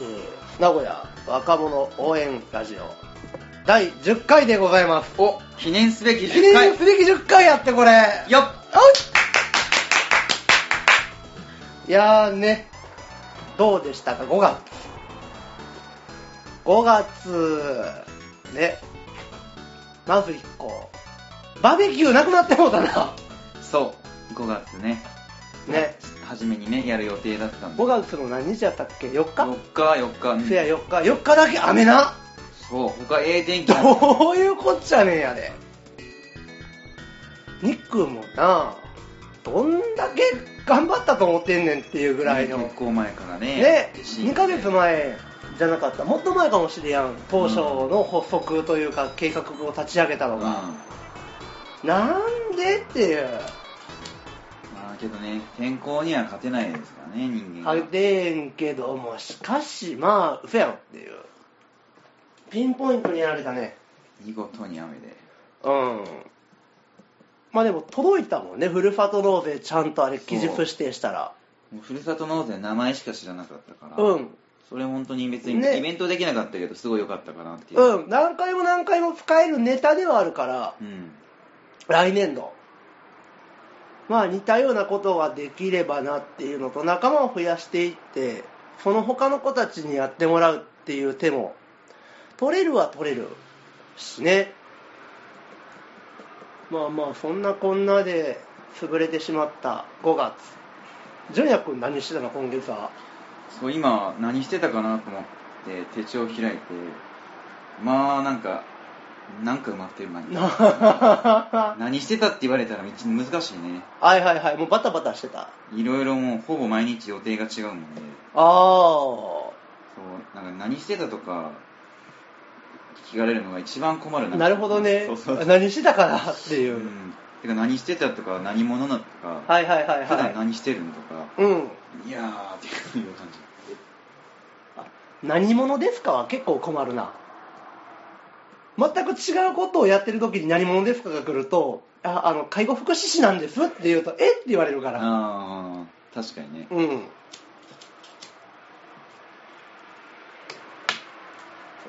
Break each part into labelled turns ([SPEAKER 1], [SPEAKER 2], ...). [SPEAKER 1] えー名古屋若者応援ラジオ第10回でございます
[SPEAKER 2] お記念すべき
[SPEAKER 1] 記
[SPEAKER 2] 10回
[SPEAKER 1] 念すべき10回やってこれ
[SPEAKER 2] よっ
[SPEAKER 1] いやーねどうでしたか5月5月ねまず1個バーベキューなくなってもうたな
[SPEAKER 2] そう5月ね
[SPEAKER 1] ね
[SPEAKER 2] 初めにねやる予定だったんで
[SPEAKER 1] 5月の何日やったっけ4日
[SPEAKER 2] 4日4日
[SPEAKER 1] せや4日4日だけ雨な
[SPEAKER 2] そう他ええ天気だった
[SPEAKER 1] どういうこっちゃねんやでニックもなどんだけ頑張ったと思ってんねんっていうぐらいの
[SPEAKER 2] 結構前からね
[SPEAKER 1] ね
[SPEAKER 2] シーン
[SPEAKER 1] 2ヶ月前じゃなかったもっと前かもしれやん当初の発足というか計画を立ち上げた
[SPEAKER 2] う
[SPEAKER 1] の
[SPEAKER 2] ん
[SPEAKER 1] が、なんでっていう
[SPEAKER 2] まあけどね天候には勝てないですからね人間
[SPEAKER 1] あ
[SPEAKER 2] が
[SPEAKER 1] げてんけどもしかしまあ嘘やろっていうピンポイントにやられたね
[SPEAKER 2] 見事に雨で
[SPEAKER 1] うんまあでも届いたもんねふるさと納税ちゃんとあれ
[SPEAKER 2] そう
[SPEAKER 1] 記事不指定したら
[SPEAKER 2] もうふるさと納税の名前しか知らなかったから
[SPEAKER 1] うん
[SPEAKER 2] それ本当に別に
[SPEAKER 1] ね
[SPEAKER 2] イベントできなかったけどすごい良かったかなっていう
[SPEAKER 1] うん何回も何回も使えるネタではあるから
[SPEAKER 2] うん
[SPEAKER 1] 来年度まあ似たようなことができればなっていうのと仲間を増やしていってその他の子たちにやってもらうっていう手も取れるは取れるしねまあまあそんなこんなで潰れてしまった5月純也君何してたの今月は
[SPEAKER 2] そう今何してたかなと思って手帳開いてまあなんかなんか埋まってるな
[SPEAKER 1] は
[SPEAKER 2] 何してたって言われたらめっちゃ難しいね
[SPEAKER 1] いはいはいもうバタバタしてた
[SPEAKER 2] いろいろもうほぼ毎日予定が違うもんで
[SPEAKER 1] ああ
[SPEAKER 2] そうなんか何してたとか聞かれるのが一番困る
[SPEAKER 1] なるほどね
[SPEAKER 2] そうそうそう
[SPEAKER 1] 何してたからっていうう、
[SPEAKER 2] んてか何してたとか何者なのとか、
[SPEAKER 1] はいはいはい
[SPEAKER 2] 普段
[SPEAKER 1] は
[SPEAKER 2] 何してるのとか
[SPEAKER 1] い。うん。
[SPEAKER 2] いやーっていう感じ
[SPEAKER 1] 何者ですかは結構困るな。全く違うことをやってる時に何者ですかが来ると、あ、あの、介護福祉士なんですって言うと、えって言われるから。
[SPEAKER 2] ああ確かにね
[SPEAKER 1] うん。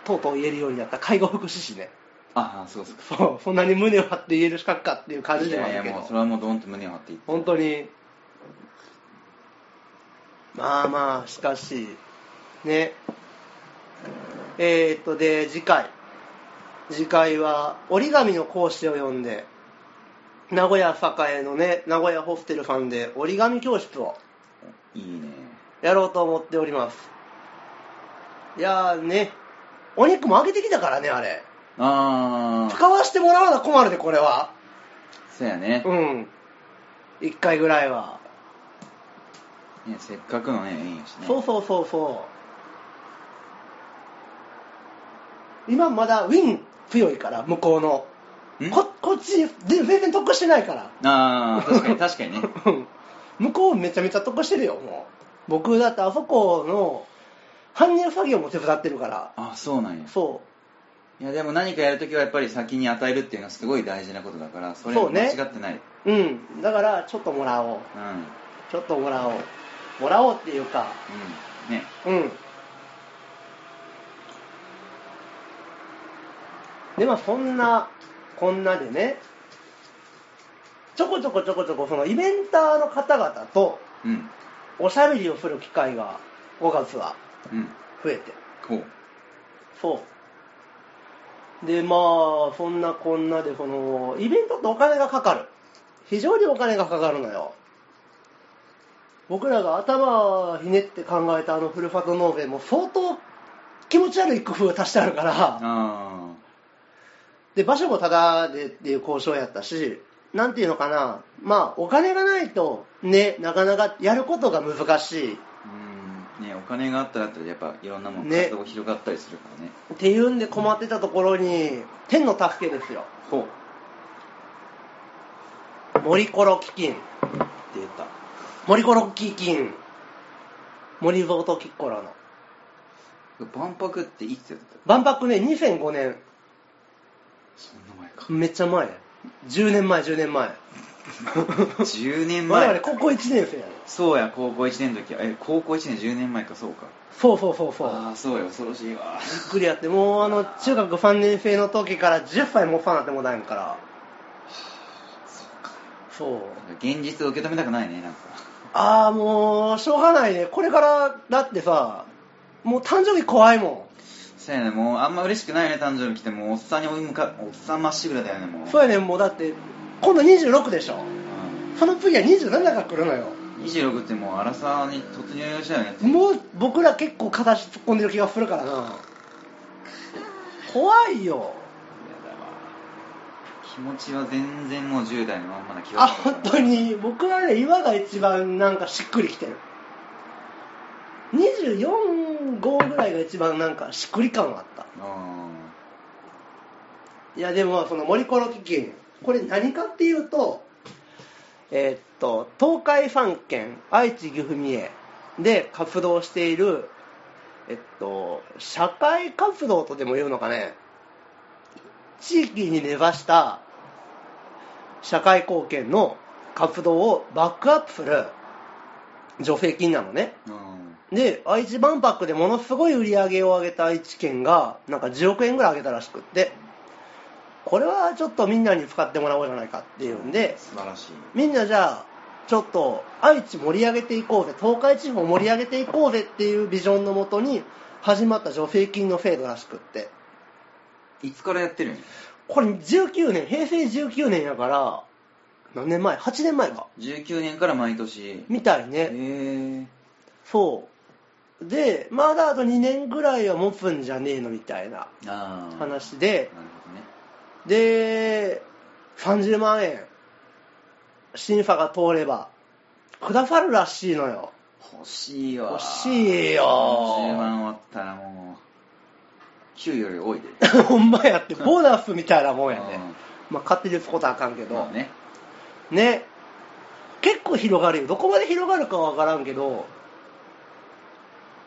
[SPEAKER 1] とうとう言えるようになった介護福祉士ね。
[SPEAKER 2] ああそうそう
[SPEAKER 1] そう、そんなに胸を張って言える資格かっていう感じ
[SPEAKER 2] い
[SPEAKER 1] ではある
[SPEAKER 2] やい
[SPEAKER 1] け
[SPEAKER 2] や
[SPEAKER 1] ど
[SPEAKER 2] もう。それはもうドンと胸を張っていって
[SPEAKER 1] 本当にまあまあしかしねえー、っとで次回次回は折り紙の講師を呼んで名古屋栄のね名古屋ホステルさんで折り紙教室を
[SPEAKER 2] いいね
[SPEAKER 1] やろうと思っておりますいやーねお肉も上げてきたからねあれ
[SPEAKER 2] ああ
[SPEAKER 1] 使わせてもらわな困るでこれは
[SPEAKER 2] そうやね
[SPEAKER 1] うん1回ぐらいは
[SPEAKER 2] ねせっかくのね縁やしね
[SPEAKER 1] そうそうそうそう今まだウィン強いから向こうの
[SPEAKER 2] ん
[SPEAKER 1] ここっち全然得してないから
[SPEAKER 2] ああ確かに確かにね
[SPEAKER 1] うん向こうめちゃめちゃ得してるよもう僕だってあそこの搬入作業も手伝ってるから
[SPEAKER 2] あそうなんや
[SPEAKER 1] そ
[SPEAKER 2] いやでも何かやるときはやっぱり先に与えるっていうのはすごい大事なことだからそれ
[SPEAKER 1] そう
[SPEAKER 2] は
[SPEAKER 1] ね
[SPEAKER 2] 間違ってないうん
[SPEAKER 1] ううんだからちょっともらおう
[SPEAKER 2] うん
[SPEAKER 1] ちょっともらおうもらおうっていうか
[SPEAKER 2] ね
[SPEAKER 1] うんでまあそんなこんなでねちょこちょこちょこちょこそのイベンターの方々と
[SPEAKER 2] うん
[SPEAKER 1] おしゃべりをする機会が5月は
[SPEAKER 2] うん
[SPEAKER 1] 増えて
[SPEAKER 2] こう
[SPEAKER 1] そうでまあそんなこんなでそのイベントってお金がかかる非常にお金がかかるのよ僕らが頭ひねって考えたあのふるさと納税も相当気持ち悪い工夫を足してあるから
[SPEAKER 2] あ
[SPEAKER 1] で場所もタダでっていう交渉やったしなんていうのかなまあお金がないとねなかなかやることが難しい
[SPEAKER 2] あうんねお金があったらあったらやっぱいろんなもの
[SPEAKER 1] ね
[SPEAKER 2] 活動が広がったりするからね
[SPEAKER 1] っていうんで困ってたところに天の助けですよ
[SPEAKER 2] ほう
[SPEAKER 1] 森コロ基金
[SPEAKER 2] 出た
[SPEAKER 1] 森コロッキー金森ゾートキッコロの
[SPEAKER 2] 万博っていつやった
[SPEAKER 1] 万博ね2005年
[SPEAKER 2] そんな前か
[SPEAKER 1] めっちゃ前10年前10年前
[SPEAKER 2] 10年
[SPEAKER 1] 我々
[SPEAKER 2] 前
[SPEAKER 1] 高校1年生やろ
[SPEAKER 2] そうや高校1年の時え高校1年10年前かそうか
[SPEAKER 1] そうそうそうそう
[SPEAKER 2] ああそうや恐ろしいわ
[SPEAKER 1] びっくりやってもうあの中学3年生の時から10歳もファンなってもだんからそう
[SPEAKER 2] なんか現実を受け止めたくないねなんか
[SPEAKER 1] ああもうしょうがないねこれからだってさもう誕生日怖いも
[SPEAKER 2] そうやねもうあんま嬉しくないね誕生日来てもうおっさんに追い向かおっさんまっしぐらだよねも
[SPEAKER 1] ん
[SPEAKER 2] う
[SPEAKER 1] そうやねんもうだって今度26でしょ
[SPEAKER 2] う
[SPEAKER 1] その次は27が来るのよ
[SPEAKER 2] ん26ってもう荒さに突入したよね
[SPEAKER 1] もう僕ら結構形突っ込んでる気がするからな怖いよ
[SPEAKER 2] やだわ気持ちは全然もう10代のまんまな気が
[SPEAKER 1] あ
[SPEAKER 2] する
[SPEAKER 1] 本当に僕はね今が一番なんかしっくりきてる245ぐらいが一番なんかしっくり感があった
[SPEAKER 2] うん
[SPEAKER 1] いやでもその森コロ基金これ何かっていうとえーっと東海3県愛知岐阜三重で活動しているえっと社会活動とでも言うのかね地域に根ざした社会貢献の活動をバックアップする助成金なのね
[SPEAKER 2] うん
[SPEAKER 1] で愛知万博でものすごい売り上げを上げた愛知県がなんか10億円ぐらい上げたらしくってこれはちょっとみんなに使ってもらおうじゃないかっていうんで
[SPEAKER 2] 素晴らしい
[SPEAKER 1] みんなじゃあちょっと愛知盛り上げていこうぜ東海地方盛り上げていこうぜっていうビジョンのもとに始まった助成金の制度らしくって
[SPEAKER 2] いつからやってるん
[SPEAKER 1] これ19年平成19年やから何年前 ?8 年前か
[SPEAKER 2] 19年から毎年
[SPEAKER 1] みたいね、
[SPEAKER 2] へえ
[SPEAKER 1] そうでまだあと2年ぐらいは持つんじゃねえのみたいな
[SPEAKER 2] ああなる
[SPEAKER 1] 話で
[SPEAKER 2] ほどね
[SPEAKER 1] で30万円審査が通ればくださるらしいのよ
[SPEAKER 2] 欲しいわ
[SPEAKER 1] 欲しいよ
[SPEAKER 2] 10万割ったらもう給与より 多いで
[SPEAKER 1] ほんまやってボーナスみたいなもんやね、
[SPEAKER 2] うん
[SPEAKER 1] まあ、勝手に打つことはあかんけど、
[SPEAKER 2] まあね
[SPEAKER 1] ね結構広がるよどこまで広がるかは分からんけど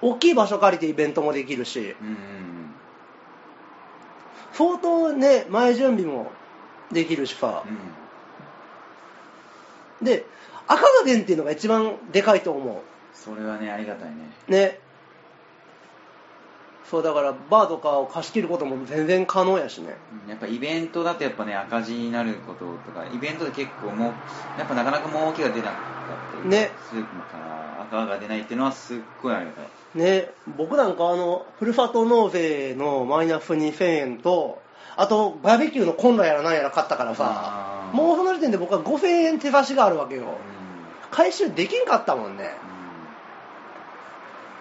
[SPEAKER 1] 大きい場所借りてイベントもできるし
[SPEAKER 2] うんうんうん
[SPEAKER 1] 相当ね前準備もできるしさ、
[SPEAKER 2] うん
[SPEAKER 1] で赤が点っていうのが一番でかいと思
[SPEAKER 2] それはねありがたいね
[SPEAKER 1] うねそうだからバーとかを貸し切ることも全然可能やしね
[SPEAKER 2] うんやっぱイベントだとやっぱね赤字になることとかイベントで結構もうやっぱなかなか儲けが出なかったり
[SPEAKER 1] ね
[SPEAKER 2] するから赤が出ないっていうのはすっごいありがたい
[SPEAKER 1] ね僕なんかあのふるさと納税のマイナス2000円とあとバーベキューのコンロやらなんやら買ったからさ
[SPEAKER 2] あー
[SPEAKER 1] もうその時点で僕は5000円手差しがあるわけよ回収できんかったもんね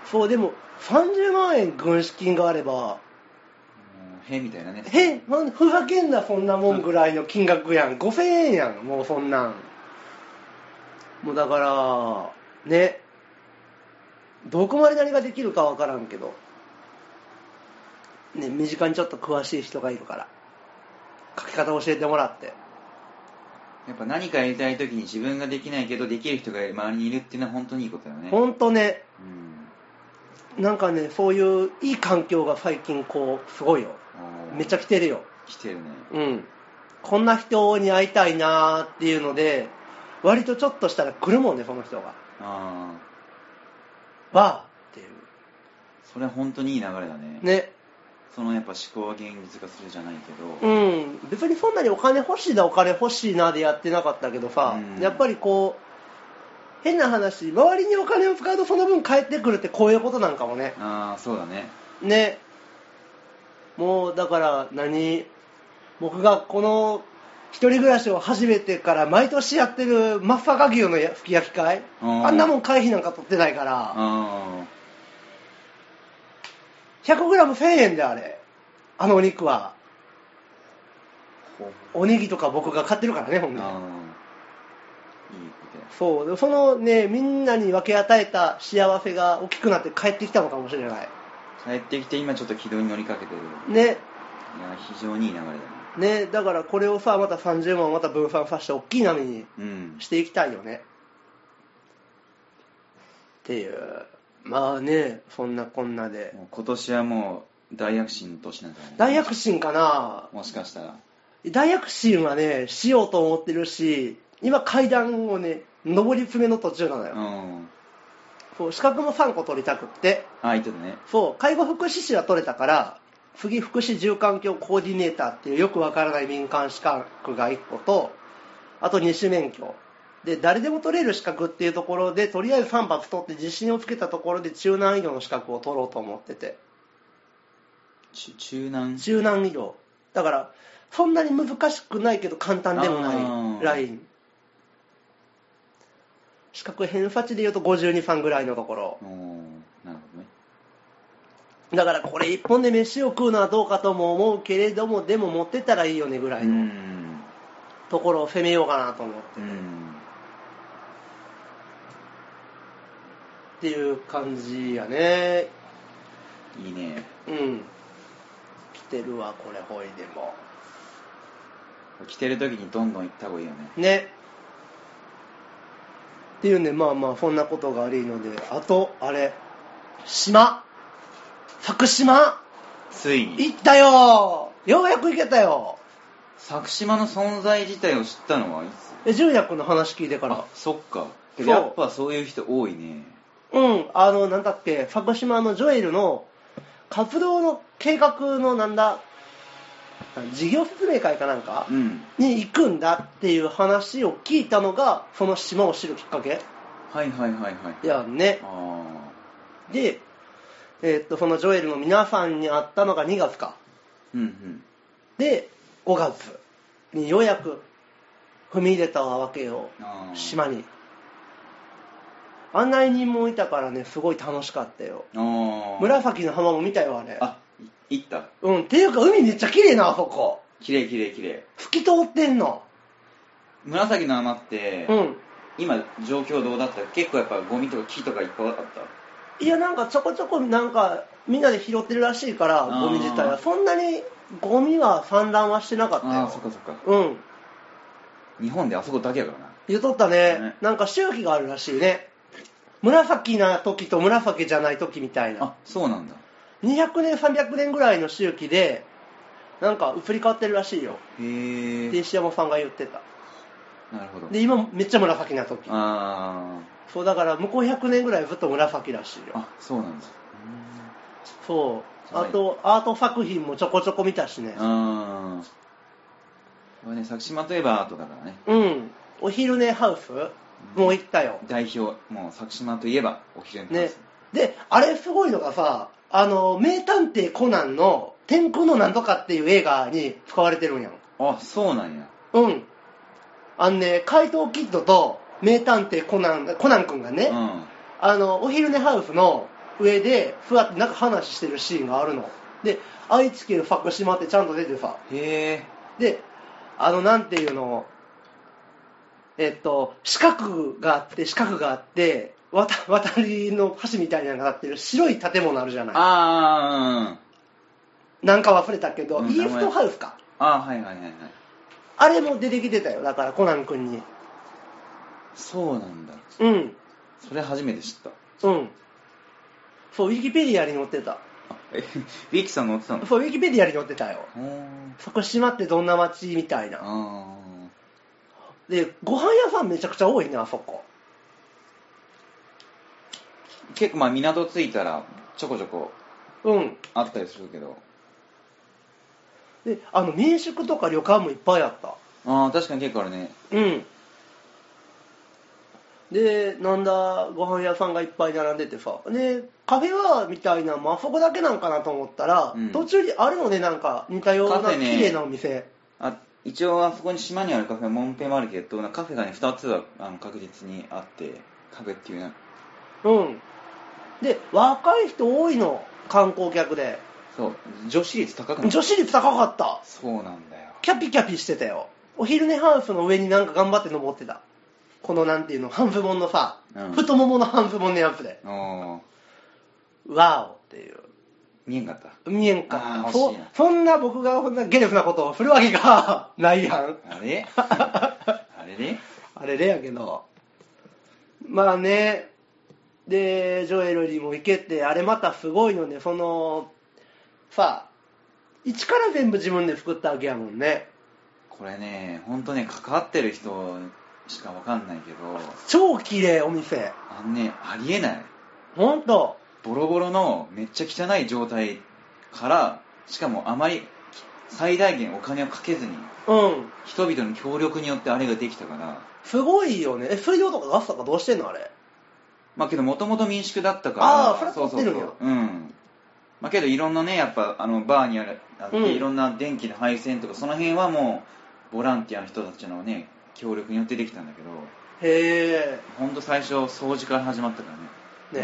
[SPEAKER 2] う
[SPEAKER 1] そうでも30万円軍資金があれば
[SPEAKER 2] ん、うんもうへみたいなね
[SPEAKER 1] えなんふざけんなそんなもんぐらいの金額やん5000円やんもうそんなんもうだからねどこまで何ができるかわからんけどね身近にちょっと詳しい人がいるから書き方教えてもらって
[SPEAKER 2] やっぱ何かやりたい時に自分ができないけどできる人が周りにいるっていうのは本当にいいことだよね
[SPEAKER 1] ほんとね
[SPEAKER 2] うん
[SPEAKER 1] なんかねそういういい環境が最近こうすごいよめっちゃ来てるよ
[SPEAKER 2] 来てるね
[SPEAKER 1] うん、こんな人に会いたいなーっていうので割とちょっとしたら来るもんねその人が
[SPEAKER 2] ああ
[SPEAKER 1] わーってい
[SPEAKER 2] それは本当にいい流れだね
[SPEAKER 1] うね
[SPEAKER 2] そのやっぱ思考は現実化するじゃないけど、
[SPEAKER 1] うん別にそんなにお金欲しいなお金欲しいなでやってなかったけどさ、
[SPEAKER 2] うん
[SPEAKER 1] やっぱりこう変な話周りにお金を使うとその分返ってくるってこういうことなんかもね
[SPEAKER 2] ああそうだね
[SPEAKER 1] ねもうだから何僕がこの一人暮らしを始めてから毎年やってるマッサカ牛のやすき焼き会
[SPEAKER 2] うん
[SPEAKER 1] あんなもん会費なんか取ってないから
[SPEAKER 2] あ
[SPEAKER 1] 100g1000 円であれあのお肉はおにぎとか僕が買ってるからねほん
[SPEAKER 2] あ
[SPEAKER 1] で
[SPEAKER 2] ああいいことや
[SPEAKER 1] そうでそのねみんなに分け与えた幸せが大きくなって帰ってきたのかもしれない
[SPEAKER 2] 帰ってきて今ちょっと軌道に乗りかけてる
[SPEAKER 1] ね
[SPEAKER 2] いや非常にいい流れだね
[SPEAKER 1] ねだからこれをさまた30万また分散させて大きい波に
[SPEAKER 2] うん
[SPEAKER 1] していきたいよねっていうまあねそんなこんなで
[SPEAKER 2] もう今年はもう大躍進の年なんじゃない
[SPEAKER 1] 大躍進かな
[SPEAKER 2] もしかしたら
[SPEAKER 1] 大躍進はねしようと思ってるし今階段をね上り詰めの途中なのよ、
[SPEAKER 2] うん
[SPEAKER 1] そう資格も3個取りたくって
[SPEAKER 2] あ言ってたね
[SPEAKER 1] そう介護福祉士は取れたから次福祉住環境コーディネーターっていうよくわからない民間資格が1個とあと二種免許で誰でも取れる資格っていうところでとりあえず3発取って自信をつけたところで中難医療の資格を取ろうと思ってて
[SPEAKER 2] ち中南
[SPEAKER 1] 中難医療だからそんなに難しくないけど簡単でも
[SPEAKER 2] あ
[SPEAKER 1] ない
[SPEAKER 2] ー
[SPEAKER 1] ライン資格偏差値でいうと52さんぐらいのところ
[SPEAKER 2] おーなるほどね
[SPEAKER 1] だからこれ一本で飯を食うのはどうかとも思うけれどもでも持ってったらいいよねぐらいうの
[SPEAKER 2] ん
[SPEAKER 1] ところを攻めようかなと思って
[SPEAKER 2] う
[SPEAKER 1] る
[SPEAKER 2] ん
[SPEAKER 1] っていう感じやね
[SPEAKER 2] いいね
[SPEAKER 1] うん来てるわこれほいでも
[SPEAKER 2] 着てる時にどんどん行った方がいいよね
[SPEAKER 1] ねっていうねまあまあそんなことがありのであとあれ島佐久島
[SPEAKER 2] ついに
[SPEAKER 1] 行ったよようやく行けたよ
[SPEAKER 2] 作島の存在自体を知ったのはいつ
[SPEAKER 1] え純也君の話聞いてから
[SPEAKER 2] あそっか
[SPEAKER 1] そう
[SPEAKER 2] やっぱそういう人多いね
[SPEAKER 1] うんあのなんだっけ佐久島のジョエルの活動の計画のなんだ事業説明会かなんか
[SPEAKER 2] うん
[SPEAKER 1] に行くんだっていう話を聞いたのがその島を知るきっかけ
[SPEAKER 2] はいはいはいはい
[SPEAKER 1] やんね
[SPEAKER 2] ああ
[SPEAKER 1] で、えーっとそのジョエルの皆さんに会ったのが2月か
[SPEAKER 2] うんうん
[SPEAKER 1] で5月にようやく踏み入れたわけよ
[SPEAKER 2] あー
[SPEAKER 1] 島に案内人もいたからねすごい楽しかったよ
[SPEAKER 2] あー
[SPEAKER 1] 紫の浜も見たよあれ
[SPEAKER 2] あい行った
[SPEAKER 1] うんっていうか海めっちゃ綺麗なあそこ
[SPEAKER 2] 綺麗綺麗綺麗
[SPEAKER 1] 透き通ってんの
[SPEAKER 2] 紫の浜って、
[SPEAKER 1] うん
[SPEAKER 2] 今状況どうだった結構やっぱゴミとか木とかいっぱいあった
[SPEAKER 1] いやなんかちょこちょこなんかみんなで拾ってるらしいから
[SPEAKER 2] あー
[SPEAKER 1] ゴミ自体はそんなにゴミは散乱はしてなかった
[SPEAKER 2] ああ
[SPEAKER 1] よ
[SPEAKER 2] ーそっかそっか
[SPEAKER 1] うん
[SPEAKER 2] 日本であそこだけやからな
[SPEAKER 1] 言うとったね
[SPEAKER 2] ね
[SPEAKER 1] なんか周期があるらしいね紫な時と紫じゃない時みたいな
[SPEAKER 2] あそうなんだ
[SPEAKER 1] 200年300年ぐらいの周期でなんか移り変わってるらしいよ
[SPEAKER 2] へえ
[SPEAKER 1] で石山さんが言ってた
[SPEAKER 2] なるほど
[SPEAKER 1] で今めっちゃ紫な時
[SPEAKER 2] あ
[SPEAKER 1] そうだから向こう100年ぐらいずっと紫らしい
[SPEAKER 2] あ
[SPEAKER 1] よ
[SPEAKER 2] あそうなんだ
[SPEAKER 1] そうあ
[SPEAKER 2] はい
[SPEAKER 1] とアート作品もちょこちょこ見たしね
[SPEAKER 2] ああこれね作島といえばアートだからね
[SPEAKER 1] うんお昼寝ハウスもう行ったよ
[SPEAKER 2] 代表もう作島といえばお昼寝
[SPEAKER 1] ね
[SPEAKER 2] です
[SPEAKER 1] であれすごいのがさあの名探偵コナンの「天空のなんとか」っていう映画に使われてるんやん
[SPEAKER 2] あそうなんや
[SPEAKER 1] うんあのね怪盗キッドと名探偵コナンコナン君がね、
[SPEAKER 2] うん
[SPEAKER 1] あのお昼寝ハウスの上でふわってなんか話してるシーンがあるので愛知県福島ってちゃんと出てさ
[SPEAKER 2] へえ
[SPEAKER 1] であのなんていうのえっと四角があって四角があって渡渡りの橋みたいなのがあってる白い建物あるじゃない
[SPEAKER 2] あー
[SPEAKER 1] なんか忘れたけど、
[SPEAKER 2] うん
[SPEAKER 1] イーストハウスか
[SPEAKER 2] あーはいはいはいはい
[SPEAKER 1] あれも出てきてたよだからコナン君に
[SPEAKER 2] そうなんだ
[SPEAKER 1] うん
[SPEAKER 2] それ初めて知った
[SPEAKER 1] うんそうウィキペディアに載ってた
[SPEAKER 2] あえ ウィキさん乗ってたの
[SPEAKER 1] そうウィキペディアに載ってたよ
[SPEAKER 2] おー
[SPEAKER 1] 福島ってどんな街みたいな
[SPEAKER 2] あ
[SPEAKER 1] でご飯屋さんめちゃくちゃ多いねあそこ
[SPEAKER 2] ー結構まあ港着いたらちょこちょこ
[SPEAKER 1] うん
[SPEAKER 2] あったりするけど
[SPEAKER 1] であの民宿とか旅館もいっぱいあった
[SPEAKER 2] ああ確かに結構あるね
[SPEAKER 1] うんでなんだご飯屋さんがいっぱい並んでてさでカフェはみたいな、まああそこだけなんかなと思ったら、
[SPEAKER 2] うん
[SPEAKER 1] 途中にあるのねなんか似たよう
[SPEAKER 2] カフ
[SPEAKER 1] な
[SPEAKER 2] ェね
[SPEAKER 1] 綺麗なお店
[SPEAKER 2] あ一応あそこに島にあるカフェモンペマルケットなカフェがね2つはあの確実にあってカフェっていうな
[SPEAKER 1] うんで若い人多いの観光客で
[SPEAKER 2] そう女子率高くない
[SPEAKER 1] 女子率高かった
[SPEAKER 2] そうなんだよ
[SPEAKER 1] キャピキャピしてたよお昼寝ハウスの上になんか頑張って登ってたこのなんていうの半ズボンのさ、
[SPEAKER 2] うん
[SPEAKER 1] 太ももの半ズボンのやつで
[SPEAKER 2] おー
[SPEAKER 1] ワオっていう
[SPEAKER 2] 見えんかった
[SPEAKER 1] 見えんか
[SPEAKER 2] あ
[SPEAKER 1] った
[SPEAKER 2] ー
[SPEAKER 1] そ
[SPEAKER 2] 惜しいな
[SPEAKER 1] そんな僕がそんなゲレフなことをするわけが ないやん
[SPEAKER 2] あれ
[SPEAKER 1] あ
[SPEAKER 2] あれね
[SPEAKER 1] れれやけどまあねでジョエルにも行けてあれまたすごいのねそのさ一から全部自分で作ったわけやもんね
[SPEAKER 2] これね本当ね関わってる人しかわかんないけど
[SPEAKER 1] 超綺麗お店
[SPEAKER 2] あのねありえない
[SPEAKER 1] ほんと
[SPEAKER 2] ボロボロのめっちゃ汚い状態からしかもあまり最大限お金をかけずに
[SPEAKER 1] うん
[SPEAKER 2] 人々の協力によってあれができたから
[SPEAKER 1] すごいよねえ水道とかガスとかどうしてんのあれ
[SPEAKER 2] まあけどもともと民宿だったから
[SPEAKER 1] あーそれは
[SPEAKER 2] そうそう
[SPEAKER 1] 撮
[SPEAKER 2] そ
[SPEAKER 1] ってるんや
[SPEAKER 2] ううんまあけどいろんなねやっぱあのバーにあるあって、
[SPEAKER 1] うん
[SPEAKER 2] いろんな電気の配線とかその辺はもうボランティアの人たちのね協力によってできたんだけど
[SPEAKER 1] へ
[SPEAKER 2] ほんと最初掃除から始まったからね
[SPEAKER 1] えね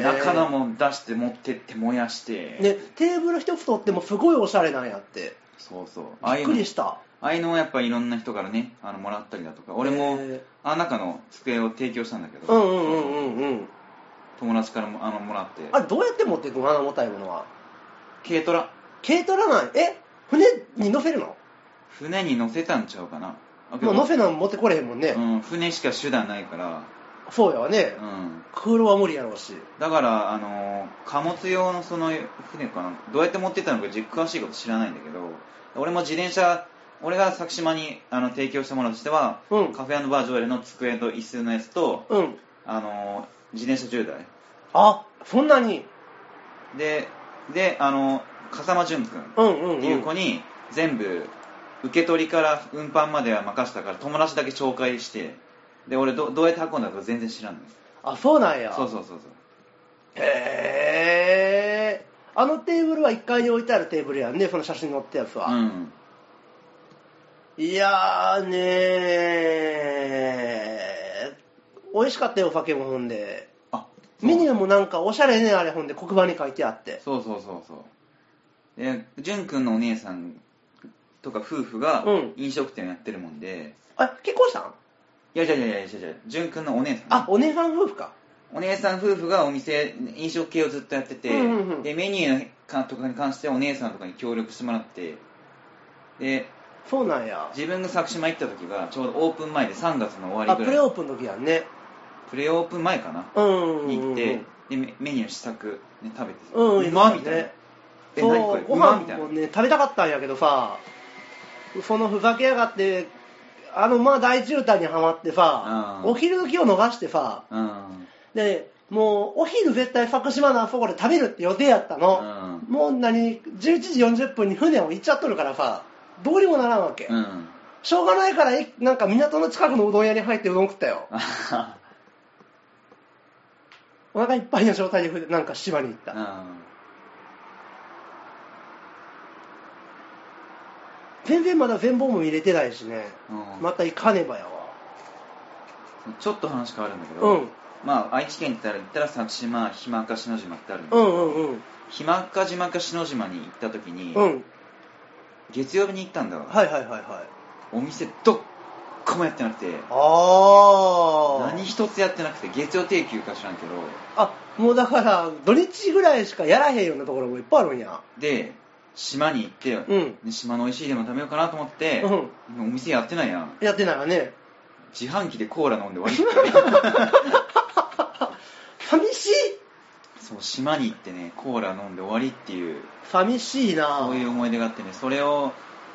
[SPEAKER 1] え
[SPEAKER 2] 中のもん出して持ってって燃やして、
[SPEAKER 1] ねテーブル一つ取ってもすごいおしゃれなんやって
[SPEAKER 2] そうそうああい
[SPEAKER 1] びっ
[SPEAKER 2] う
[SPEAKER 1] く
[SPEAKER 2] の
[SPEAKER 1] りした
[SPEAKER 2] ああいうのはやっぱいろんな人からねあのもらったりだとか俺
[SPEAKER 1] へ
[SPEAKER 2] も
[SPEAKER 1] え
[SPEAKER 2] あの中の机を提供したんだけど、
[SPEAKER 1] うんうんうんうんうん
[SPEAKER 2] 友達からもあのもらって
[SPEAKER 1] あれどうやって持っていくのあの重たいものは
[SPEAKER 2] 軽トラ
[SPEAKER 1] 軽トラなんえ船に乗せるの
[SPEAKER 2] 船に乗せたんちゃうかなあけ
[SPEAKER 1] も
[SPEAKER 2] ど
[SPEAKER 1] う乗せなん持ってこれへんもんね、
[SPEAKER 2] うん、船しか手段ないから、
[SPEAKER 1] そうやわね、
[SPEAKER 2] うん、
[SPEAKER 1] 空路は無理やろうし
[SPEAKER 2] だから、あのー貨物用のその船かなどうやって持ってったのかじ詳しいこと知らないんだけど俺も自転車俺が佐久島にあの提供したものとしては、
[SPEAKER 1] うん
[SPEAKER 2] カフェバージョエルの机と椅子のやつと、
[SPEAKER 1] うん
[SPEAKER 2] あのー自転車10台
[SPEAKER 1] あそんなに
[SPEAKER 2] でで、あのー笠間淳君
[SPEAKER 1] うんうんうん
[SPEAKER 2] っていう子に全部受け取りから運搬までは任せたから友達だけ紹介してで俺どどうやって運んだか全然知らんのよ
[SPEAKER 1] あそうなんや
[SPEAKER 2] そうそうそうそう
[SPEAKER 1] へえあのテーブルは1階に置いてあるテーブルやんねその写真に載ったやつは、
[SPEAKER 2] うん、
[SPEAKER 1] いやーねー美味しかったよお酒もほんで
[SPEAKER 2] あ
[SPEAKER 1] メニューもなんかおしゃれねあれほんで黒板に書いてあって
[SPEAKER 2] そうそうそうそうで潤くんのお姉さんとか夫婦が
[SPEAKER 1] うん
[SPEAKER 2] 飲食店をやってるもんで、
[SPEAKER 1] あ結婚したん
[SPEAKER 2] いやいやいやいやいやいや潤くんのお姉さん
[SPEAKER 1] あお姉さん夫婦か
[SPEAKER 2] お姉さん夫婦がお店飲食系をずっとやってて、
[SPEAKER 1] うんうんうん
[SPEAKER 2] でメニューのかとかに関してはお姉さんとかに協力してもらってで
[SPEAKER 1] そうなんや
[SPEAKER 2] 自分が佐久島行った時がちょうどオープン前で3月の終わり
[SPEAKER 1] あ
[SPEAKER 2] ぐ
[SPEAKER 1] プ
[SPEAKER 2] らい
[SPEAKER 1] レオープンの時やんね
[SPEAKER 2] プレオープン前かな、
[SPEAKER 1] うんうん
[SPEAKER 2] に
[SPEAKER 1] うんう
[SPEAKER 2] 行
[SPEAKER 1] ん
[SPEAKER 2] ってでメメニュー試作、ね、食べて
[SPEAKER 1] うんうん
[SPEAKER 2] うまっみたいな、
[SPEAKER 1] ね
[SPEAKER 2] え何こ
[SPEAKER 1] そ
[SPEAKER 2] れ
[SPEAKER 1] うご
[SPEAKER 2] うま
[SPEAKER 1] 飯
[SPEAKER 2] っみたいな
[SPEAKER 1] もね食べたかったんやけどさそのふざけやがってあのまあ大渋滞にはまってさ
[SPEAKER 2] うん
[SPEAKER 1] お昼時を逃してさ
[SPEAKER 2] うん
[SPEAKER 1] でもうお昼絶対佐久島のあそこで食べるって予定やったの、
[SPEAKER 2] う
[SPEAKER 1] もう何11時40分に船を行っちゃっとるからさどうにもならんわけ、
[SPEAKER 2] ん うん
[SPEAKER 1] しょうがないからえなんか港の近くのうどん屋に入ってうどん食ったよ
[SPEAKER 2] あはは
[SPEAKER 1] お腹いっぱいの状態でなんか島に行った、全然まだ全貌も入れてないしね、
[SPEAKER 2] うん
[SPEAKER 1] また行かねばやわ
[SPEAKER 2] うんちょっと話変わるんだけど、
[SPEAKER 1] うん
[SPEAKER 2] まあ愛知県って言ったら言ったら佐久島日間か篠島ってあるんだけ
[SPEAKER 1] う
[SPEAKER 2] ど
[SPEAKER 1] んうんうん
[SPEAKER 2] 日間か島か篠島に行った時に、
[SPEAKER 1] うん
[SPEAKER 2] 月曜日に行ったんだわ、
[SPEAKER 1] はいはいはいはい
[SPEAKER 2] お店どっこもやってなくて
[SPEAKER 1] ああ
[SPEAKER 2] 何一つやってなくて月曜定休か知らんけど
[SPEAKER 1] あもうだから土日ぐらいしかやらへんようなところもいっぱいあるんや
[SPEAKER 2] で島に行って、
[SPEAKER 1] うん
[SPEAKER 2] で島の美味しいでも食べようかなと思って、
[SPEAKER 1] う
[SPEAKER 2] お店やってないやん
[SPEAKER 1] やってないわね
[SPEAKER 2] 自販機でコーラ飲んで終わりって
[SPEAKER 1] 寂しい
[SPEAKER 2] そう島に行ってねコーラ飲んで終わりっていう
[SPEAKER 1] 寂しいな
[SPEAKER 2] そういう思い出があってねそれを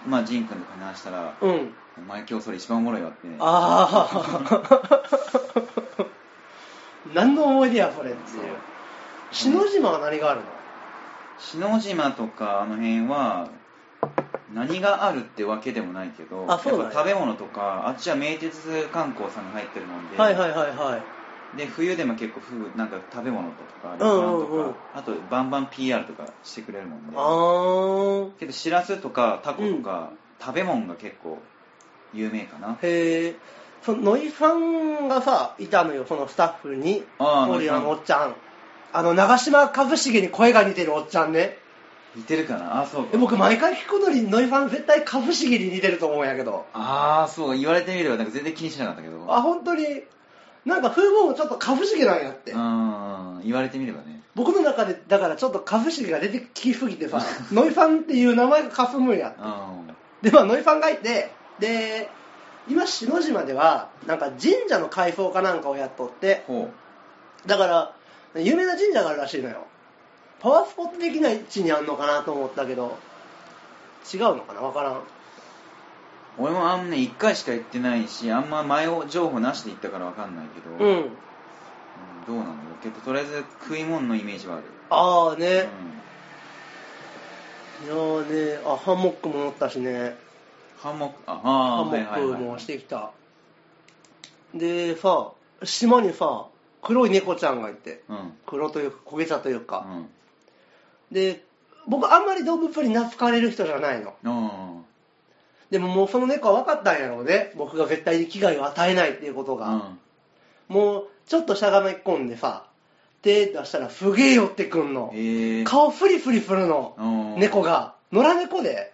[SPEAKER 2] まあ仁君とかに話したら
[SPEAKER 1] うん
[SPEAKER 2] 「お前今日それ一番おもろいわ」ってね
[SPEAKER 1] ああ 何の思い出やそれっていう
[SPEAKER 2] そう
[SPEAKER 1] 篠島は何があるの
[SPEAKER 2] 篠島とかあの辺は何があるってわけでもないけど
[SPEAKER 1] あそうなんや
[SPEAKER 2] やっぱ食べ物とかあっちは名鉄観光さんが入ってるもんで、
[SPEAKER 1] はいはいはいはい
[SPEAKER 2] で冬でも結構ふなんか食べ物とか
[SPEAKER 1] う
[SPEAKER 2] 旅
[SPEAKER 1] ん
[SPEAKER 2] 館
[SPEAKER 1] うん
[SPEAKER 2] とか、
[SPEAKER 1] うん
[SPEAKER 2] あとバンバン PR とかしてくれるもんで
[SPEAKER 1] あー
[SPEAKER 2] けどしらすとかタコとか、食べ物が結構有名かな
[SPEAKER 1] へえそのノイさんがさいたのよそのスタッフに
[SPEAKER 2] あー
[SPEAKER 1] 俺らのお
[SPEAKER 2] ノイさ
[SPEAKER 1] っちゃ
[SPEAKER 2] ん
[SPEAKER 1] んあの長嶋一茂に声が似てるおっちゃんね
[SPEAKER 2] 似てるかなあそう
[SPEAKER 1] え
[SPEAKER 2] か
[SPEAKER 1] 僕毎回聞くのにノイさん絶対一茂に似てると思うんやけど
[SPEAKER 2] ああそう言われてみればなんか全然気にしなかったけど
[SPEAKER 1] あ本当になんか風貌もちょっと一茂なんやって、
[SPEAKER 2] うん言われてみればね
[SPEAKER 1] 僕の中でだからちょっと一茂が出てきすぎてさ ノイさんっていう名前がかすむんやって
[SPEAKER 2] うん
[SPEAKER 1] でまあノイさんがいてで今篠島ではなんか神社の改装かなんかをやっとって
[SPEAKER 2] ほ
[SPEAKER 1] だから有名な神社があるらしいのよパワースポット的な位置にあんのかなと思ったけど違うのかな分からん
[SPEAKER 2] う俺もあんまね1回しか行ってないしあんま前情報なしで行ったから分かんないけど、
[SPEAKER 1] う
[SPEAKER 2] うん
[SPEAKER 1] ん
[SPEAKER 2] どうなんだろうけどとりあえず食い物のイメージはある
[SPEAKER 1] ああ
[SPEAKER 2] う
[SPEAKER 1] ね、
[SPEAKER 2] ん
[SPEAKER 1] いやーねあハンモックも乗ったしね
[SPEAKER 2] ハンモックあ
[SPEAKER 1] ハ
[SPEAKER 2] あ
[SPEAKER 1] ンモッ
[SPEAKER 2] はいは
[SPEAKER 1] ク
[SPEAKER 2] いはい
[SPEAKER 1] もしてきた、でさ島にさ黒い猫ちゃんがいて
[SPEAKER 2] うんうん
[SPEAKER 1] 黒というか焦げ茶というか、で僕あんまり動物に懐かれる人じゃないの
[SPEAKER 2] あ
[SPEAKER 1] でももうその猫は分かったんやろうね僕が絶対に危害を与えないっていうこと
[SPEAKER 2] あ
[SPEAKER 1] が、もうちょっとしゃがめ込んでさ手出したらすげえ寄ってくんの
[SPEAKER 2] うんええ
[SPEAKER 1] 顔フリフリするの猫
[SPEAKER 2] が
[SPEAKER 1] が野良猫で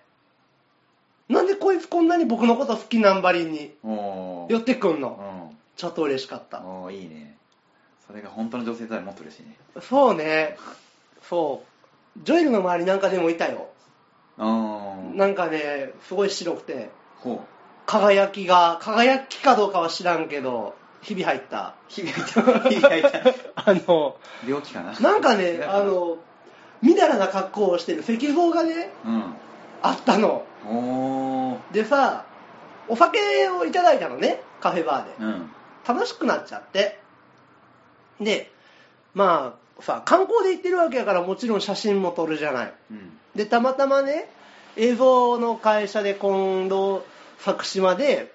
[SPEAKER 1] なんでこいつこんなに僕のこと好きなんばりに
[SPEAKER 2] おー
[SPEAKER 1] 寄ってくんの
[SPEAKER 2] うん
[SPEAKER 1] ちょっと嬉しかった
[SPEAKER 2] おーいいねそれが本当の女性だったらもっと嬉しいね
[SPEAKER 1] そうねそうジョエルの周りなんかでもいたよ
[SPEAKER 2] ああ
[SPEAKER 1] なんかねすごい白くて
[SPEAKER 2] ほう
[SPEAKER 1] 輝きが輝きかどうかは知らんけど日々入 った
[SPEAKER 2] ひび入ったひび入った
[SPEAKER 1] あの
[SPEAKER 2] 病気かな
[SPEAKER 1] な
[SPEAKER 2] なん
[SPEAKER 1] かねあのみだらな格好をしてる石像がねあったの
[SPEAKER 2] うんおお
[SPEAKER 1] でさお酒をいただいたのねカフェバーで
[SPEAKER 2] うん
[SPEAKER 1] 楽しくなっちゃってでまあさ観光で行ってるわけやからもちろん写真も撮るじゃない
[SPEAKER 2] うん
[SPEAKER 1] でたまたまね映像の会社で今度作島で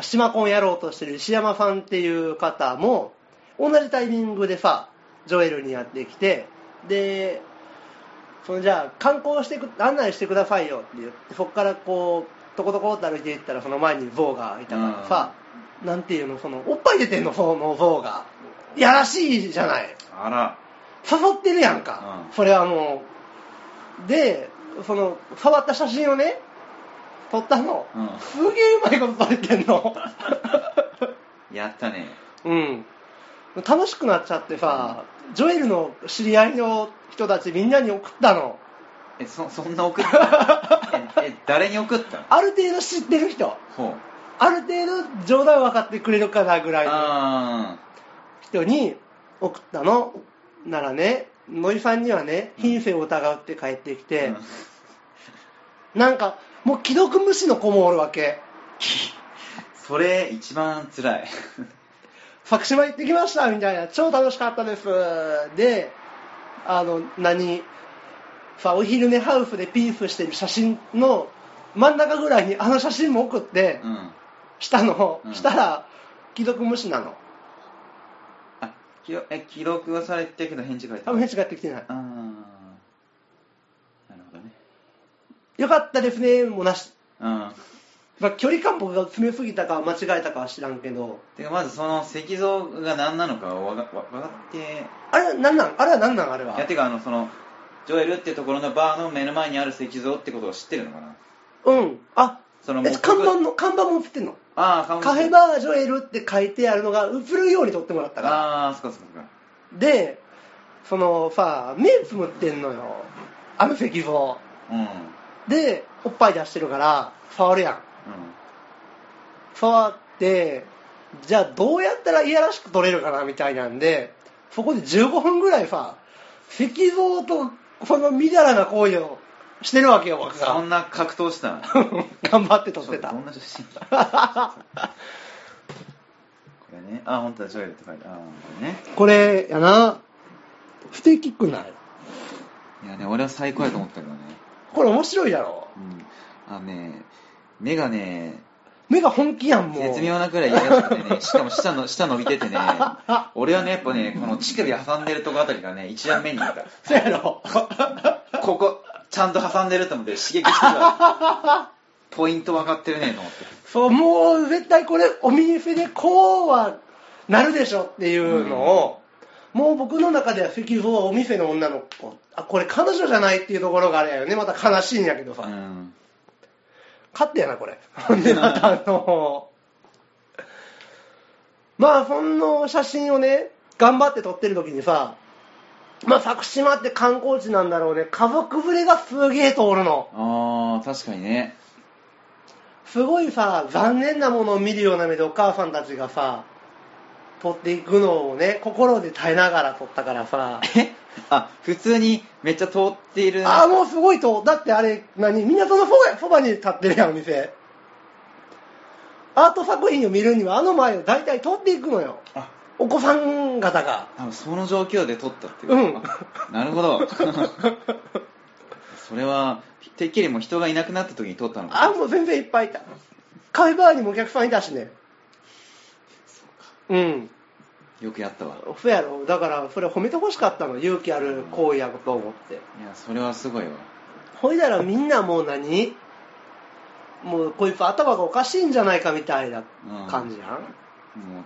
[SPEAKER 1] 島コンやろうとしてる石山さんっていう方も同じタイミングでさジョエルにやってきてでそのじゃあ観光してく案内してくださいよって言ってそこからこうとことこって歩いていったらその前に象がいたからさ、なんていうのそのおっぱい出てんのその象がいやらしいじゃない
[SPEAKER 2] あら
[SPEAKER 1] 誘ってるやんか、
[SPEAKER 2] うん
[SPEAKER 1] それはもうでその触った写真をね撮ったの、
[SPEAKER 2] うん
[SPEAKER 1] すげえうまいこと撮れてんの
[SPEAKER 2] やったね
[SPEAKER 1] うん楽しくなっちゃってさ、ジョエルの知り合いの人たちみんなに送ったの
[SPEAKER 2] えそそんな送った ええ誰に送ったの
[SPEAKER 1] ある程度知ってる人
[SPEAKER 2] ほう
[SPEAKER 1] ある程度冗談分かってくれるかなぐらいの
[SPEAKER 2] あ
[SPEAKER 1] 人に送ったのならねノイさんにはね品性を疑うって帰ってき
[SPEAKER 2] あ
[SPEAKER 1] て、なんかもう既読無視の子もおるわけ
[SPEAKER 2] それ一番辛い
[SPEAKER 1] 「クシマ行ってきました」みたいな「超楽しかったです」であの何さお昼寝ハウスでピースしてる写真の真ん中ぐらいにあの写真も送って
[SPEAKER 2] うん
[SPEAKER 1] したの、
[SPEAKER 2] うん
[SPEAKER 1] したら既読無視なの
[SPEAKER 2] あきろえ記録はされてるけど返事が返って
[SPEAKER 1] あ
[SPEAKER 2] こ
[SPEAKER 1] 返
[SPEAKER 2] ない
[SPEAKER 1] 事がやってきてない
[SPEAKER 2] ああなるほどね
[SPEAKER 1] 「よかったですね」もなし、
[SPEAKER 2] うん
[SPEAKER 1] まあ、距離感僕が詰めすぎたか間違えたかは知らんけど
[SPEAKER 2] てかまずその石像が何なのかわがわ分かって
[SPEAKER 1] あれは何なんあれは何なんあれはい
[SPEAKER 2] やてかあのそのジョエルってところのバーの目の前にある石像ってことを知ってるのかな
[SPEAKER 1] うんあ
[SPEAKER 2] その
[SPEAKER 1] え看板
[SPEAKER 2] の
[SPEAKER 1] の看板も映ってんの
[SPEAKER 2] ああ看板
[SPEAKER 1] カフェバージョエルって書いてあるのが映るように撮ってもらったから
[SPEAKER 2] ああそっかそっか
[SPEAKER 1] でそのさ目つむってんのよあの石像
[SPEAKER 2] そっかうんうん
[SPEAKER 1] でおっぱい出してるから触るやん触ってじゃあどうやったらいやらしく撮れるかなみたいなんでそこで15分ぐらいさ石像とこのみだらな行為をしてるわけよ僕
[SPEAKER 2] そ
[SPEAKER 1] が
[SPEAKER 2] んな格闘したの
[SPEAKER 1] 頑張って撮って
[SPEAKER 2] ちょ
[SPEAKER 1] た
[SPEAKER 2] どんな写真だこれねあ本当だジョエルって書いてあるあーこれね
[SPEAKER 1] これやな不敵くない
[SPEAKER 2] いやね俺は最高やと思ったけどね
[SPEAKER 1] これ面白いやろ
[SPEAKER 2] うんあのね目がね
[SPEAKER 1] 目が本気やんもう
[SPEAKER 2] 絶妙なくらいやらしくてね、しかも舌の舌伸びててね、俺はね、やっぱね、この乳首挟んでるとこあたりがね、一段目にいた。
[SPEAKER 1] そうやろ
[SPEAKER 2] ここ、ちゃんと挟んでると思って刺激してた。ポイント分かってるねと思って。
[SPEAKER 1] そうもう絶対これお店でこうはなるでしょっていうのを、もう僕の中では石像はお店の女の子あこれ彼女じゃないっていうところがあれやよねまた悲しいんやけどさ、
[SPEAKER 2] うん。
[SPEAKER 1] 勝手やなこれでまたあのまあその写真をね頑張って撮ってる時にさまあ佐久島って観光地なんだろうね家族連れがすげえ通るの
[SPEAKER 2] あー、確かにね。
[SPEAKER 1] すごいさ残念なものを見るような目でお母さんたちがさ撮っていくのをね心で耐えながら撮ったからさ
[SPEAKER 2] えあ、普通にめっちゃ通っている。
[SPEAKER 1] ああもうすごいとだってあれ何港のそばそばに立ってるやんお店アート作品を見るにはあの前を大体通っていくのよ
[SPEAKER 2] あ
[SPEAKER 1] お子さん方が
[SPEAKER 2] 多分その状況で撮ったっていう、
[SPEAKER 1] うん
[SPEAKER 2] なるほど それはてっきりもう人がいなくなった時に撮ったのか
[SPEAKER 1] あもう全然いっぱいいたカフェバーにもお客さんいたしねうん
[SPEAKER 2] よくやったわ
[SPEAKER 1] そうやろだからそれ褒めてほしかったの勇気ある行為やと思って
[SPEAKER 2] いやそれはすごいわ
[SPEAKER 1] ほいだらみんなもう何もうこいつ頭がおかしいんじゃないかみたいな感じやん、
[SPEAKER 2] も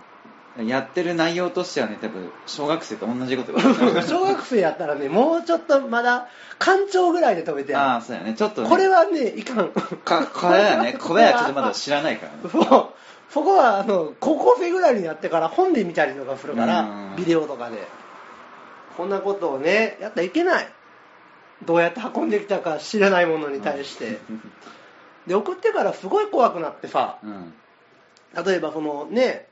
[SPEAKER 2] うやってる内容としてはね多分小学生と同じこと
[SPEAKER 1] 小学生やったらねもうちょっとまだ官庁ぐらいで止めてや
[SPEAKER 2] ああそうやねちょっと、
[SPEAKER 1] る
[SPEAKER 2] ね、
[SPEAKER 1] これはねいかん
[SPEAKER 2] かこれだ よねこれはちょっとまだ知らないからね
[SPEAKER 1] そうそこはあの高校生ぐらいになってから本で見たりとかするか
[SPEAKER 2] う
[SPEAKER 1] ら
[SPEAKER 2] ん
[SPEAKER 1] ビデオとかでこんなことをねやったらいけないどうやって運んできたか知らないものに対してで送ってからすごい怖くなってさ
[SPEAKER 2] うん
[SPEAKER 1] 例えばそのね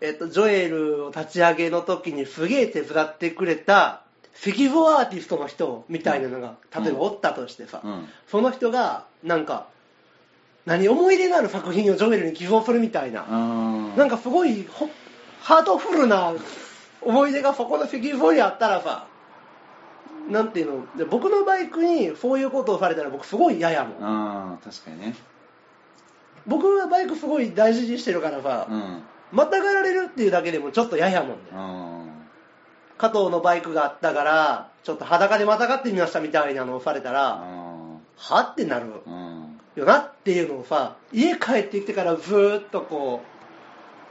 [SPEAKER 1] えっとジョエルを立ち上げの時にすげえ手伝ってくれた石像アーティストの人みたいなのが
[SPEAKER 2] うん
[SPEAKER 1] 例えばおったとしてさ、
[SPEAKER 2] うん
[SPEAKER 1] その人がなんか何思い出のある作品をジョエルに寄贈するみたいな、
[SPEAKER 2] あー
[SPEAKER 1] なんかすごいほハートフルな思い出がそこの石像にあったらさなんていうので僕のバイクにそういうことをされたら僕すごい嫌やもん
[SPEAKER 2] あー確かにね
[SPEAKER 1] 僕はバイクすごい大事にしてるからさ、
[SPEAKER 2] うん
[SPEAKER 1] またがられるっていうだけでもちょっと嫌やもんね、
[SPEAKER 2] あ
[SPEAKER 1] 加藤のバイクがあったからちょっと裸でまたがってみましたみたいなのをされた
[SPEAKER 2] ー
[SPEAKER 1] ら、
[SPEAKER 2] あ
[SPEAKER 1] はってなる
[SPEAKER 2] ーうん
[SPEAKER 1] よなっていうのをさ家帰ってきてからずーっとこ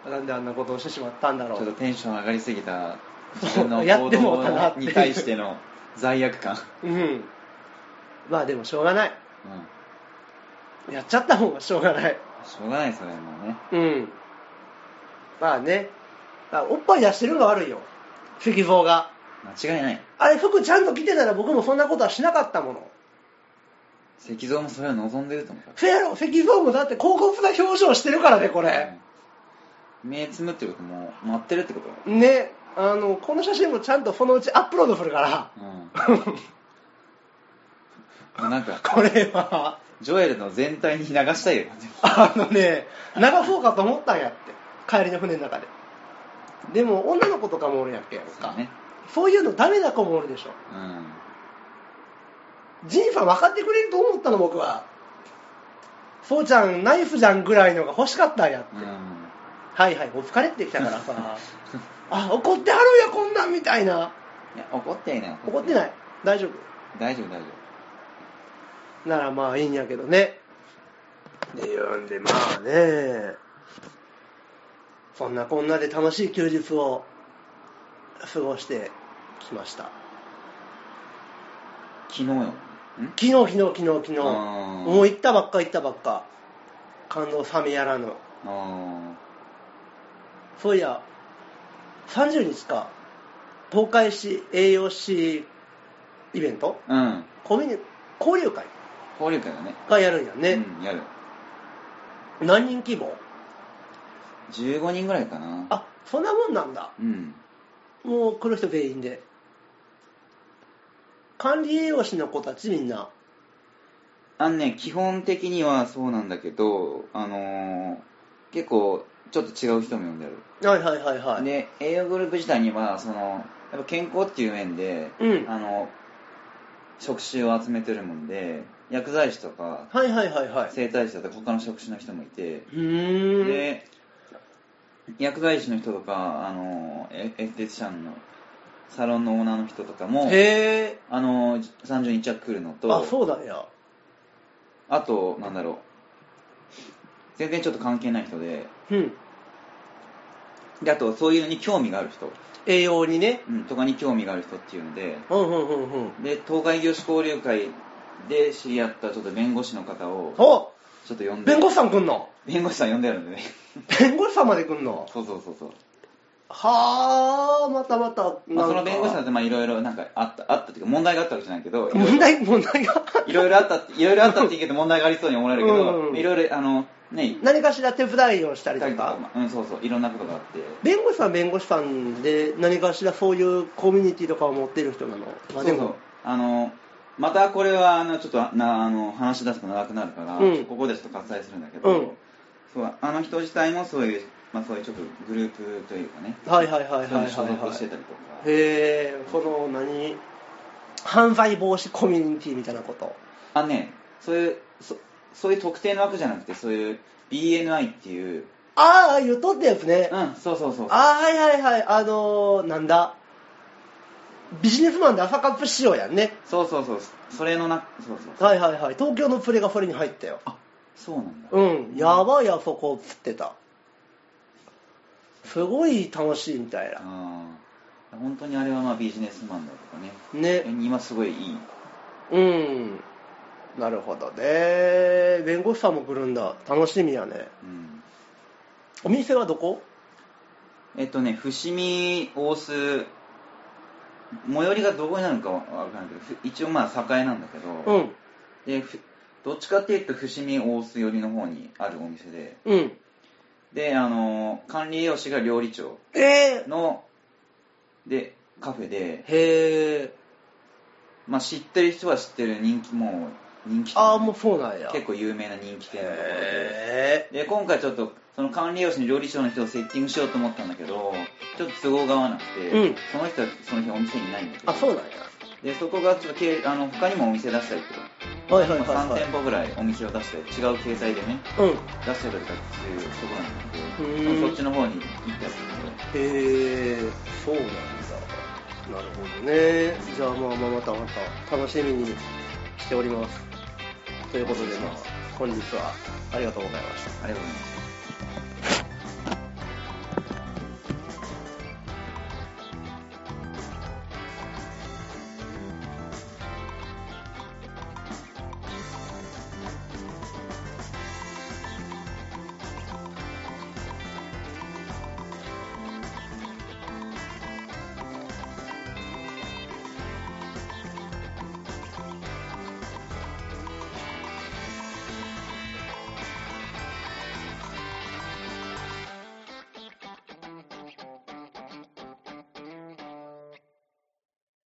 [SPEAKER 1] うなんであんなことをしてしまったんだろ
[SPEAKER 2] ちょっと
[SPEAKER 1] う
[SPEAKER 2] テンション上がりすぎた自分の
[SPEAKER 1] や
[SPEAKER 2] 行
[SPEAKER 1] っても
[SPEAKER 2] 動
[SPEAKER 1] うたなって
[SPEAKER 2] に対しての罪悪感、
[SPEAKER 1] うんまあでもし ょうがない
[SPEAKER 2] うん、
[SPEAKER 1] やっちゃった方がしょうがない
[SPEAKER 2] しょうがないそれはもうね
[SPEAKER 1] うんまあねあおっぱい出してるのが悪いよ石像が
[SPEAKER 2] 間違いない
[SPEAKER 1] あれ服ちゃんと着てたら僕もそんなことはしなかったもの
[SPEAKER 2] 石像もそれを望んでると思うから
[SPEAKER 1] せやろ石像もだって高骨な表情してるからねこれ、
[SPEAKER 2] うん目つむってこともう待ってるってこと
[SPEAKER 1] ねあのこの写真もちゃんとそのうちアップロードするから
[SPEAKER 2] うんもうなんか
[SPEAKER 1] これは
[SPEAKER 2] ジョエルの全体に流したいよ
[SPEAKER 1] あのね流そうかと思ったんやって帰りの船の中ででも女の子とかもおるやんけ
[SPEAKER 2] そうね
[SPEAKER 1] そういうのダメな子もおるでしょ
[SPEAKER 2] うん
[SPEAKER 1] ジンさん分かってくれると思ったの僕はそうちゃんナイフじゃんぐらいのが欲しかったんやって、
[SPEAKER 2] うん
[SPEAKER 1] はいはいお疲れってきたからさあ怒ってはるんやこんなんみたいない
[SPEAKER 2] や怒って ない
[SPEAKER 1] 怒ってないい大丈夫
[SPEAKER 2] 大丈夫大丈
[SPEAKER 1] ならまあいいんやけどね。で、言うんで、まあね。そんなこんなで楽しい休日を過ごしてきました。
[SPEAKER 2] 夫昨日よん
[SPEAKER 1] 昨日、昨日、昨日、昨日。
[SPEAKER 2] あー
[SPEAKER 1] もう行ったばっか行ったばっか。感動冷めやらぬ。
[SPEAKER 2] あ
[SPEAKER 1] そういや、30日か。東海市栄養士イベント
[SPEAKER 2] ーうん
[SPEAKER 1] コミュニ交流会
[SPEAKER 2] 交流会だね
[SPEAKER 1] がやるんやね。
[SPEAKER 2] うんやる
[SPEAKER 1] 何人規模
[SPEAKER 2] 15人ぐらいかな
[SPEAKER 1] あ、そんなもんなんだ。
[SPEAKER 2] うん
[SPEAKER 1] もう来る人全員で管理栄養士の子たちみんな
[SPEAKER 2] あのね基本的にはそうなんだけどあのー結構ちょっと違う人も呼んである
[SPEAKER 1] はいはいはいはい、
[SPEAKER 2] で栄養グループ自体にはそのやっぱ健康っていう面で、
[SPEAKER 1] うん
[SPEAKER 2] あの職種を集めてるもんで薬剤師とか
[SPEAKER 1] はいはいはいはい
[SPEAKER 2] 整体師だとか他の職種の人もいて、
[SPEAKER 1] うーん
[SPEAKER 2] で薬剤師の人とかあのエエステティシャンのサロンのオーナーの人とかも
[SPEAKER 1] へえ
[SPEAKER 2] あの30日は来るの
[SPEAKER 1] あ
[SPEAKER 2] と
[SPEAKER 1] そうだよ
[SPEAKER 2] あとなんだろう全然ちょっと関係ない人で
[SPEAKER 1] うん
[SPEAKER 2] であとそういうのに興味がある人、
[SPEAKER 1] 栄養にね
[SPEAKER 2] うん、とかに興味がある人っていうので
[SPEAKER 1] うんうんうんうん
[SPEAKER 2] で東海業種交流会で知り合ったちょっと弁護士の方を
[SPEAKER 1] お
[SPEAKER 2] ちょっと呼んで
[SPEAKER 1] 弁護士さん来んの
[SPEAKER 2] 弁護士さん呼んであるんでね
[SPEAKER 1] 弁護士さんまで来んの
[SPEAKER 2] そうそうそうそう、
[SPEAKER 1] はあまたまたなんか
[SPEAKER 2] まあ、その弁護士さんってまあいろいろなんかあったあったっていうか問題があったわけじゃないけど
[SPEAKER 1] 問題問題が
[SPEAKER 2] いろいろあったっていろいろあったって言うけど問題がありそうに思われるけ
[SPEAKER 1] うんうん
[SPEAKER 2] どいろいろあのね
[SPEAKER 1] 何かしら手伝いをしたりとか
[SPEAKER 2] うんそうそういろんなことがあって
[SPEAKER 1] 弁護士さんは弁護士さんで何かしらそういうコミュニティとかを持ってる人なのま
[SPEAKER 2] そ
[SPEAKER 1] あ
[SPEAKER 2] う
[SPEAKER 1] で
[SPEAKER 2] そ
[SPEAKER 1] も
[SPEAKER 2] うあのまたこれはあのちょっとなあの話し出すと長くなるから、
[SPEAKER 1] うん
[SPEAKER 2] ここでちょっと割愛するんだけ
[SPEAKER 1] う
[SPEAKER 2] ど、
[SPEAKER 1] ん
[SPEAKER 2] そうあの人自体もそういう、まあ、そういうちょっとグループというかね、
[SPEAKER 1] はいはいはいはい
[SPEAKER 2] そう
[SPEAKER 1] はいいう
[SPEAKER 2] 所属して
[SPEAKER 1] は
[SPEAKER 2] たりと
[SPEAKER 1] い
[SPEAKER 2] か、
[SPEAKER 1] へえこの何犯罪防止コミュニティみたいなこと
[SPEAKER 2] あねそういうそそういう特定の枠じゃなくてそういう BNI っていう
[SPEAKER 1] ああ言っとったやつね
[SPEAKER 2] うんそうそうそう
[SPEAKER 1] あーはいはいはいあのー、なんだビジネスマンで朝カップ仕様やんね
[SPEAKER 2] そうそうそうそれのなそうそうそう
[SPEAKER 1] はいはいはい東京のプレがそれに入ったよ
[SPEAKER 2] あそうなんだ
[SPEAKER 1] うんやばいあそこっつってたすごい楽しいみたいな
[SPEAKER 2] あー本当にあれはまあビジネスマンだとかね
[SPEAKER 1] ね
[SPEAKER 2] 今すごいいい
[SPEAKER 1] うんなるほどね弁護士さんも来るんだ楽しみやね
[SPEAKER 2] うん
[SPEAKER 1] お店はどこ
[SPEAKER 2] えっとね伏見大須最寄りがどこになるかわわからんけどふ一応まあ栄なんだけど、
[SPEAKER 1] うん
[SPEAKER 2] でふどっちかっていうと伏見大須寄りの方にあるお店で
[SPEAKER 1] うん
[SPEAKER 2] であの管理栄養士が料理長
[SPEAKER 1] ええ
[SPEAKER 2] のでカフェで、
[SPEAKER 1] へえ
[SPEAKER 2] まあ、知ってる人は知ってる人気もう人気店
[SPEAKER 1] ああもうそうなんや
[SPEAKER 2] 結構有名な人気店のところで
[SPEAKER 1] へ
[SPEAKER 2] で今回ちょっとその管理栄養士の料理長の人をセッティングしようと思ったんだけどちょっと都合が合わなくて、
[SPEAKER 1] うん
[SPEAKER 2] その人はその日お店にいないんだけ
[SPEAKER 1] ー
[SPEAKER 2] ど
[SPEAKER 1] あそうなんや
[SPEAKER 2] でそこがちょっと経あの他にもお店出したりとか、
[SPEAKER 1] はいはいはい
[SPEAKER 2] まあ3
[SPEAKER 1] はい
[SPEAKER 2] 店舗ぐらいお店を出して違う形態でね
[SPEAKER 1] うん
[SPEAKER 2] 出したりとかっていうところな
[SPEAKER 1] う
[SPEAKER 2] んだけど
[SPEAKER 1] ん
[SPEAKER 2] まあそっちの方に行ったりする
[SPEAKER 1] へえそうなんだなるほどねじゃあまあまあまたまた楽しみにしておりますということでまあ本日はありがとうございました
[SPEAKER 2] ありがとうございます